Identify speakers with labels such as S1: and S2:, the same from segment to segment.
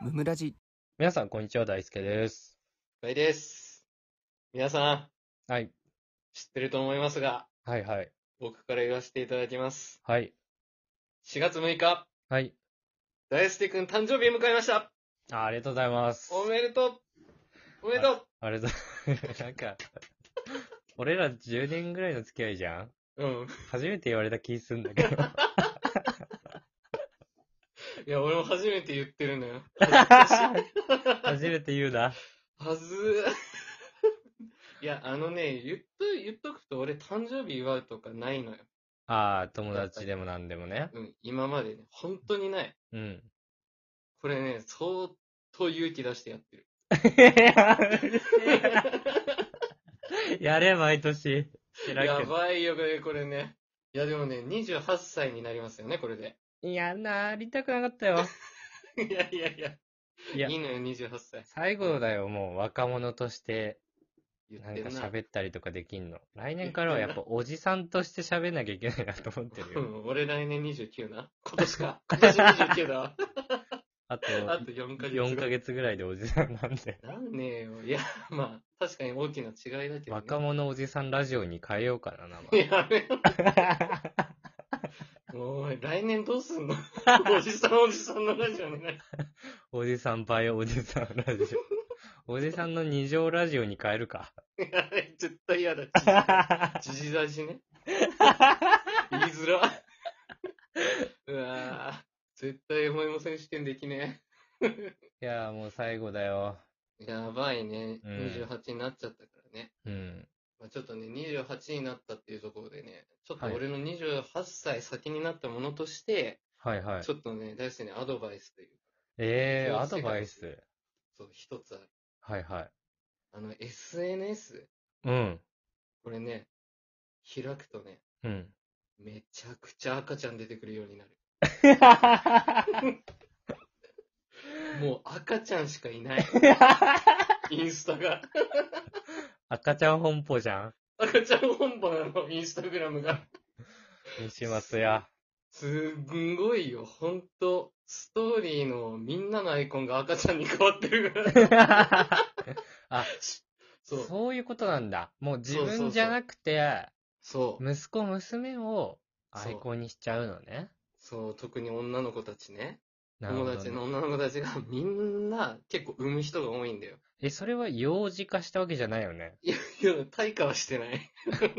S1: 村地。
S2: 皆さん、こんにちは。大輔です。
S3: 大です。皆さ
S2: はい。
S3: ん、知ってると思いますが、
S2: はいはい。
S3: 僕から言わせていただきます。
S2: はい。
S3: 4月6日、
S2: はい。
S3: 大輔くん誕生日迎えました
S2: あありがとうございます。
S3: おめでとうおめでと
S2: ありがとう。 なんか、俺ら10年ぐらいの付き合いじゃん
S3: ううん。
S2: 初めて言われた気すんだけど。
S3: いや、俺も初めて言ってるのよ。
S2: 初めて言うな。
S3: はずーいや、あのね、言っと、言っとくと俺誕生日祝うとかないのよ。
S2: ああ、友達でも何でもね。
S3: うん、今までね、本当にない。
S2: うん。
S3: これね、相当勇気出してやってる。
S2: やれ、毎年。知らん
S3: や
S2: けど。
S3: ばいよ、これね。いや、でもね、28歳になりますよね、これで。
S2: いや、なりたくなかったよ。
S3: いやいやいや。
S2: いや
S3: いいのよ、28歳。
S2: 最後だよ、もう若者として、
S3: 言
S2: な
S3: っ
S2: ん
S3: てん
S2: か
S3: な。
S2: 喋ったりとかできんの。来年からはやっぱおじさんとして喋んなきゃいけないなと思ってる
S3: う
S2: よ。
S3: ん、俺来年29な。今年 か。今年29だわ。
S2: あと、
S3: あと4ヶ月。
S2: 4ヶ月ぐらいでおじさんなん で。
S3: なんねえよ。いや、まあ、確かに大きな違いだけど、ね。
S2: 若者おじさんラジオに変えようかな、名前。
S3: やめろ。もう、おい来年どうすん のおじさんおじさんのラジオになる。
S2: おじさんバイおじさんラジ オ。おじさんの二乗ラジオに変えるか。
S3: いや絶対 嫌だ。じじだしね。言いづら。うわぁ。絶対思いません試験できね
S2: いやーもう最後だよ。
S3: え。やばいね。
S2: うん
S3: 28になっちゃったからね。
S2: うん。
S3: まあ、ちょっとね、28になったっていうところでね、ちょっと
S2: はい
S3: 俺の28歳先になったものとして、
S2: はいはい
S3: ち。ょっとね、大輔にアドバイスという、
S2: えー、アド
S3: そういう世界
S2: バイス。
S3: そう、一つある。
S2: はいはい。
S3: あの、SNS、
S2: うん。
S3: これね、開くとね、
S2: うん。
S3: めちゃくちゃ赤ちゃん出てくるようになる。もう赤ちゃんしかい ない。インスタが。
S2: 赤ちゃん本舗じゃん。
S3: 赤ちゃん本場なの、インスタグラムが。
S2: 西松屋。
S3: すんごいよ、ほんと。ストーリーのみんなのアイコンが赤ちゃんに変わって るから。そ
S2: そう
S3: う。
S2: いうことなんだ。もう自
S3: そうそうそ
S2: 分
S3: う
S2: じゃなくて、
S3: そう。
S2: 息子、娘をアイコンにしちゃうのね。
S3: そう、特に女の子たちね。
S2: なるほ
S3: 友
S2: どね
S3: 達の女の子たちがみんな結構産む人が多いんだよ。
S2: え、それは幼児化したわけじゃないよね。
S3: いや、いや、退化はし てない。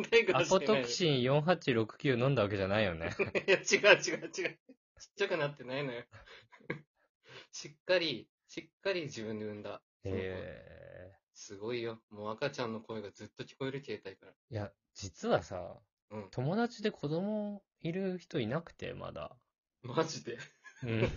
S3: 退化
S2: ア
S3: はし
S2: ポ
S3: てな
S2: ト
S3: い。
S2: キシン4869飲んだわけじゃないよ ね。
S3: いや、違う違う違う。ちっちゃくなってないのよ。 しっかり、しっかり自分で産んだ。
S2: え
S3: すごいよ。もう赤ちゃんの声がずっと聞こえる携帯から。
S2: ー、いや、実はさ、
S3: うん。
S2: 友達で子供いる人いなくて、まだ。
S3: マジで。
S2: うん。い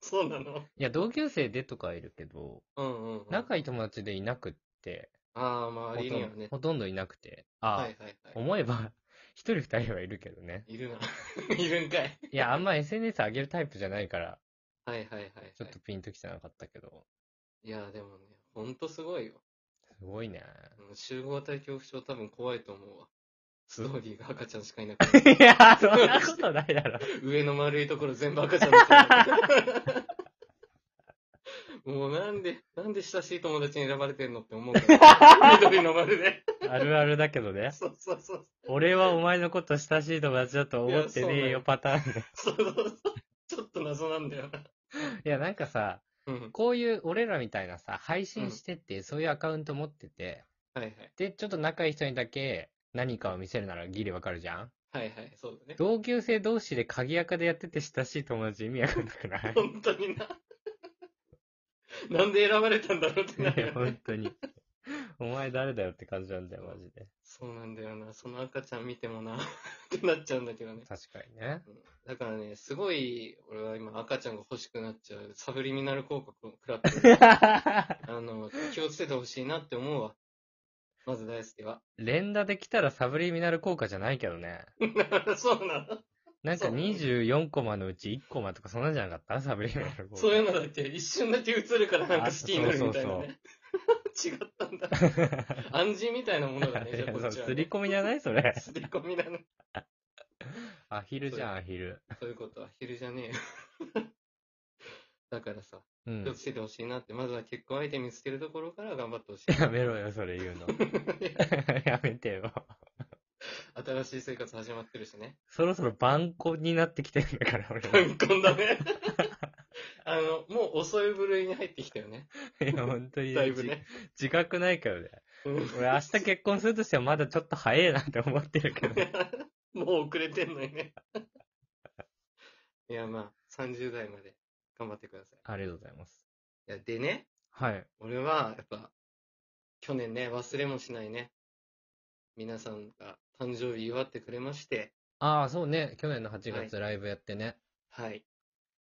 S3: そうなの
S2: や、同級生でとかいるけど、
S3: うんうん、うん。
S2: 仲いい友達でいなくって、
S3: ああ、周りに
S2: ほ
S3: は
S2: とん
S3: ね。
S2: ほとんどいなくて。あ、
S3: はいはいはい。
S2: 思えば、一人二人はいるけどね。
S3: いるな。 いるんかい。
S2: いや、あんま SNS 上げるタイプじゃないから、
S3: はいはいはい、はい。
S2: ちょっとピンときてなかったけど。
S3: いや、でもね、ほんとすごいよ。
S2: すごいね。
S3: うん集合体恐怖症多分怖いと思うわ。ストーリーが赤ちゃんしかいなく て、
S2: いや、そんなことないだろ。
S3: 上の丸いところ全部赤ちゃんだった。もうなんで、なんで親しい友達に選ばれてんのって思うから。緑の丸で。
S2: あるあるだけどね。
S3: そうそうそう。
S2: 俺はお前のこと親しい友達だと思ってねえ
S3: いやそうだ
S2: よ
S3: よ
S2: パターンで。
S3: そうそうそう。ちょっと謎なんだよな。
S2: いや、なんかさ、
S3: うん。
S2: こういう俺らみたいなさ、配信してって、そういうアカウント持ってて、
S3: はいはい。
S2: で、ちょっと仲いい人にだけ何かを見せるならギリわかるじゃん
S3: はいはい、そうだね。
S2: 同級生同士で鍵垢でやってて親しい友達意味わかんなくない
S3: 本当にな。なんで選ばれたんだろ うってないる
S2: や、
S3: よね
S2: 本。当に。お前誰だよって感じなんだよ、マジで。
S3: そうなんだよな。その赤ちゃん見てもな、ってなっちゃうんだけどね。
S2: 確かにね。
S3: だからね、すごい、俺は今赤ちゃんが欲しくなっちゃう、サブリミナル広告を食らって るあの、気をつけてほしいなって思うわ。まず大好きは。
S2: 連打できたらサブリミナル効果じゃないけどね。
S3: そうなの
S2: なんか
S3: そう
S2: 24コマのうち1コマとかそんなんじゃなかったサブリミナル効果。
S3: そういうのだって一瞬だけ映るからなんか好きになるみたいなね。 違ったんだ。暗示みたいなものだね、じゃあこっちは、
S2: すり
S3: ね。
S2: 込みじゃ ないそれ。
S3: すり込みなの。
S2: アヒルじゃん、アヒル。
S3: そういうことは昼じゃねえよ。 だからさ、
S2: う
S3: 気を
S2: ん。
S3: つけてほしいなって、まずは結婚相手見つけるところから頑張ってほ しい。
S2: やめろよ、それ言う の。やめてよ。
S3: 新しい生活始まってるしね。
S2: そろそろ晩婚になってきてるんだから、俺 は。
S3: 晩婚 だね。あの、もう遅い部類に入ってきたよね。
S2: いや、本当に、
S3: だいぶね。
S2: じ自覚ないからね。
S3: うん
S2: 俺、明日結婚するとしてはまだちょっと早えなって思ってる けど。
S3: もう遅れてんのにね。 いや、まあ、30代まで頑張ってくださ
S2: ありがとうございます。
S3: い。いや、でね、
S2: はい。
S3: 俺は、やっぱ、去年ね、忘れもしないね。皆さんが誕生日祝ってくれまして、
S2: ああ、そうね。去年の8月ライブやってね。
S3: はい。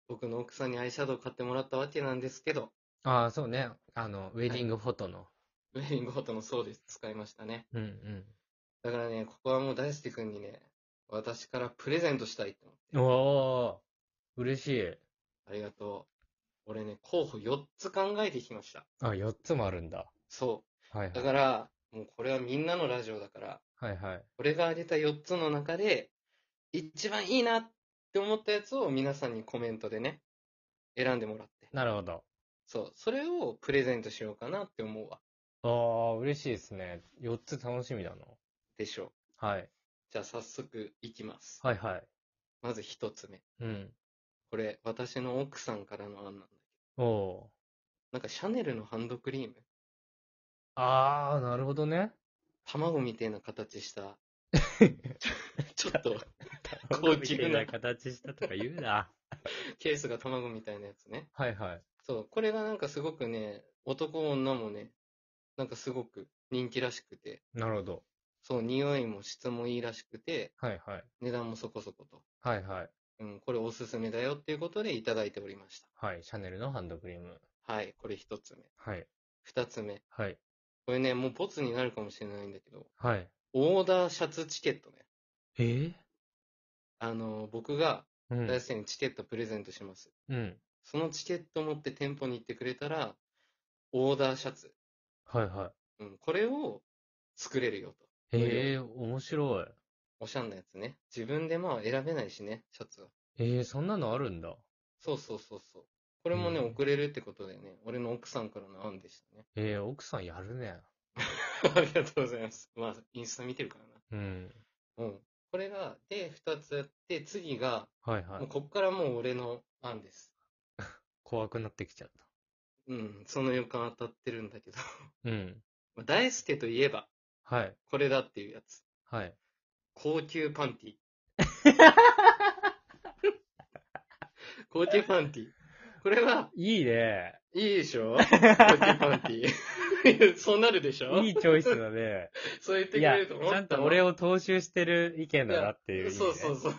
S3: 僕の奥さんにアイシャドウ買ってもらったわけなんですけど、
S2: ああ、そうね。あの、ウェディングフォトの。
S3: ウェディングフォトもそうです。使いましたね。
S2: うんうん。
S3: だからね、ここはもう大輔くんにね、私からプレゼントしたいって思って。
S2: おー、嬉しい。
S3: ありがとう。俺ね、候補4つ考えてきました。
S2: あ、4つもあるんだ。
S3: そ。
S2: はいう
S3: だ
S2: はい。
S3: から、もうこれはみんなのラジオだから、
S2: はいはい。
S3: 俺が挙げた4つの中で、一番いいなって思ったやつを皆さんにコメントでね、選んでもらって。
S2: なるほど。
S3: そう。それをプレゼントしようかなって思うわ。
S2: ああ、嬉しいですね。4つ楽しみだな。
S3: でしょう。
S2: はい。
S3: じゃあ早速いきます。
S2: はいはい。
S3: まず1つ目。
S2: うん。
S3: これ、私の奥さんからの案なんだけど。
S2: おー。
S3: なんかシャネルのハンドクリーム
S2: ああ、なるほどね。
S3: 卵みたいな形した。ちょっと、高級な
S2: みたい形したとか言うな。
S3: ケースが卵みたいなやつね。
S2: はいはい。
S3: そう、これがなんかすごくね、男も女もね、なんかすごく人気らしくて、
S2: なるほど。
S3: そう、匂いも質もいいらしくて、
S2: はいはい。
S3: 値段もそこそこと。
S2: はいはい。
S3: うん、これおすすめだよっていうことでいただいておりまし
S2: はい。シャネルのハンドクリーム。
S3: た。はい、これ一つ目。
S2: はい。
S3: 二つ目。
S2: はい。
S3: これね、もうボツになるかもしれないんだけど、
S2: はい。
S3: オーダーシャツチケットね。
S2: えー、
S3: あの、僕が
S2: う
S3: 大
S2: ん。
S3: 輔にチケットプレゼントします。
S2: うん。
S3: そのチケット持って店舗に行ってくれたら、オーダーシャツ、
S2: はいは
S3: うん、これを作れるよと。
S2: い。ええー、面白い。
S3: おしゃんなやつね。自分でまあ選べないしね、シャツは。
S2: ええー、そんなのあるんだ。
S3: そうそうそうそう。これもね、
S2: うん
S3: 送れるってことでね、俺の奥さんからの案でしたね。
S2: ええー、奥さんやるね。
S3: ありがとうございます。まあ、インスタ見てるから
S2: うん。
S3: な。うん。これが、で、二つやって、次が、
S2: はいは
S3: もう
S2: い。
S3: こっからもう俺の案です。
S2: 怖くなってきちゃっ
S3: うん、その予感当たってるんだけど。
S2: た。うん。
S3: まあ大輔といえば、
S2: はい。
S3: これだっていうやつ。
S2: はい。
S3: 高級パンティ。 高級パンティ。これは、
S2: いいね。
S3: いいでしょ高級パンテ ィ。そうなるでしょ
S2: いいチョイスだ ね。
S3: そう言って
S2: い
S3: くれ
S2: や、
S3: る
S2: ち
S3: と思った
S2: ゃ
S3: の
S2: んと俺を踏襲してる意見だなっていう、ね。
S3: そうそうそう。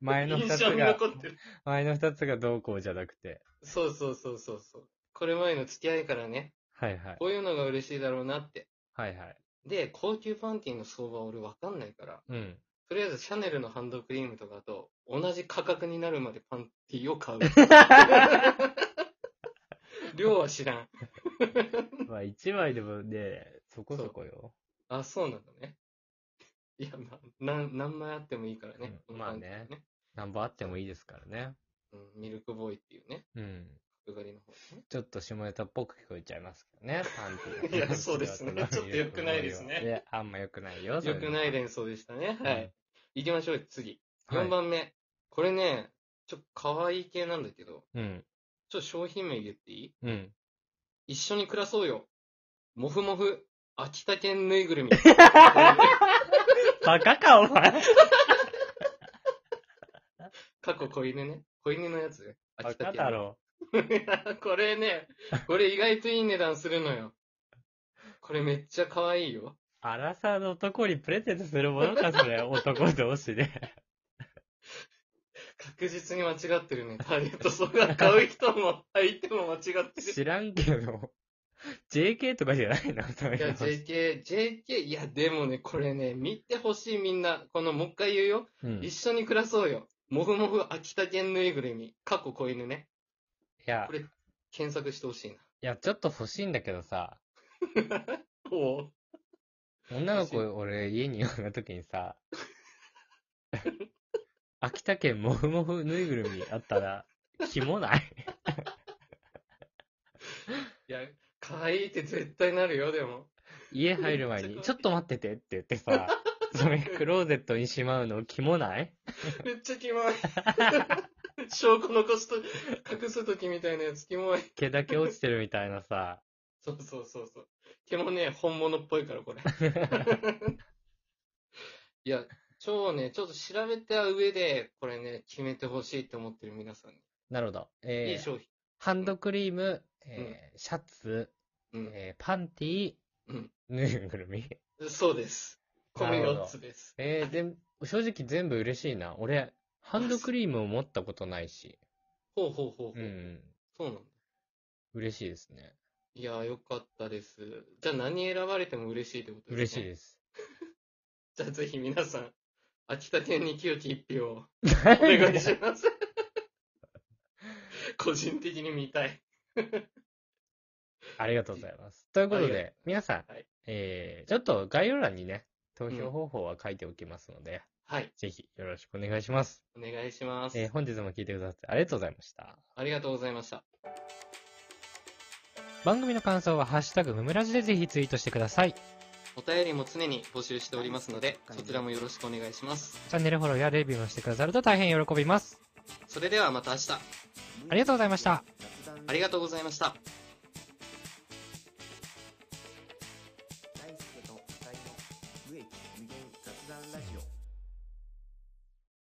S2: 前の二
S3: 印
S2: つ
S3: 象に
S2: が、
S3: 残ってる。
S2: 前の二つがどうこうじゃなくて。
S3: そうそうそうそうそう。これ前の付き合いからね、
S2: はいはい。
S3: こういうのが嬉しいだろうなって。
S2: はいはい。
S3: で、高級パンティの相場俺わかんないから、
S2: うん。
S3: とりあえずシャネルのハンドクリームとかと同じ価格になるまでパンティを 買う。量は知らん。
S2: まあ一枚でもね、そこそこよ。
S3: あ、そうなんだね。いや、まあ、なん何枚あってもいいからね。
S2: うんまあねなんぼあってもいいですからね。
S3: うん。ミルクボーイっていうね、
S2: うん。
S3: 角刈りの方ね。
S2: ちょっと下ネタっぽく聞こえちゃいますけど ね、パンティー。
S3: いやそうですねちょっと良くないですね
S2: いや、あんま良くないよ。
S3: 良くない
S2: で。
S3: 連想でしたね。はい。行きましょう、次。
S2: はい
S3: 4番目。これね、ちょっと可愛い系なんだけど、
S2: うん。
S3: ちょっと商品名言っていい
S2: うん。
S3: 一緒に暮らそうよ。もふもふ、秋田県ぬい ぐるみ。
S2: バカか、 お前。
S3: 過去子犬ね。子犬のやつ。
S2: バ
S3: 秋田
S2: カ
S3: 県。
S2: だろ。
S3: いや これね、これ意外といい値段するのよ。これめっちゃ可愛いよ。
S2: 荒さの男にプレゼントするものか、それ。男同士で。
S3: 確実に間違ってるね。ターゲット層が買う人も、相手も間違って る。
S2: 知らんけど。JK とかじゃないな、そういう
S3: いや、
S2: の
S3: JK、JK、いや、でもね、これね、見てほしいみんな。この、もう一回言うよ。
S2: うんい
S3: 一緒に暮らそうよ。もふもふ秋田県ぬいぐるみ。過去子犬ね。
S2: や
S3: こ、れ、検索してほしいな。
S2: いや、ちょっと欲しいんだけどさ、
S3: おう
S2: 女の子
S3: 欲し
S2: 俺家に呼んだ時にさ、秋田県もふもふぬいぐるみあったら、キモない
S3: いや、可愛いって絶対なるよ、でも。
S2: 家入る前 に、ちょっと待っててって言ってさ、それクローゼットにしまうのキモない
S3: めっちゃキモい。 証拠残すと、隠すときみたいなやつキモい。
S2: 毛だけ落ちてるみたいなさ、
S3: そうそうそうそう。毛もね、本物っぽいから、これ。 いや、超ね、ちょっと調べた上で、これね、決めてほしいって思ってる皆さんに。
S2: なるほど。
S3: いい
S2: えー、
S3: 商品。
S2: ハンドクリーム、えーシャツ、
S3: うん。
S2: えーパンティー、
S3: うん
S2: ぬいぐるみ。
S3: そうです。この
S2: なるほど
S3: 4つです。
S2: えー、全正直全部嬉しいな。俺、ハンドクリームを持ったことないし。
S3: ほうほうほうほう。
S2: うん。
S3: そうなんだ。
S2: 嬉しいですね。
S3: いや、よかったです。じゃあ何選ばれても嬉しいってことで
S2: 嬉
S3: す
S2: し
S3: ね。
S2: い
S3: しい。
S2: です。
S3: じゃあぜひ皆さん、秋田県に清き一票を お願いします。個人的に見たい。
S2: ありがとうございます。ということ
S3: は
S2: で、皆さん、
S3: はい
S2: えー、ちょっと概要欄にね、投票方法は書いておきますので、
S3: はい。
S2: ぜひよろしくお願いします。
S3: お願いします。
S2: えー、本日も聞いてくださってありがとうございました。
S3: ありがとうございました。
S2: 番組の感想は、ハッシュタグムムラジでぜひツイートしてください。チ
S3: お便りも常に募集しておりますので、そちらもよろしくお願いします。
S2: ャンネルフォローやレビューもしてくださると大変喜びます。
S3: それではまた明日、
S2: ありがとうございました。
S1: あ
S3: あ
S1: り
S3: り
S1: が
S3: が
S1: と
S3: と
S1: う
S3: う
S1: ご
S3: ご
S1: ざ
S3: ざ
S1: い
S3: い
S1: ま
S3: ま
S1: し
S3: したた。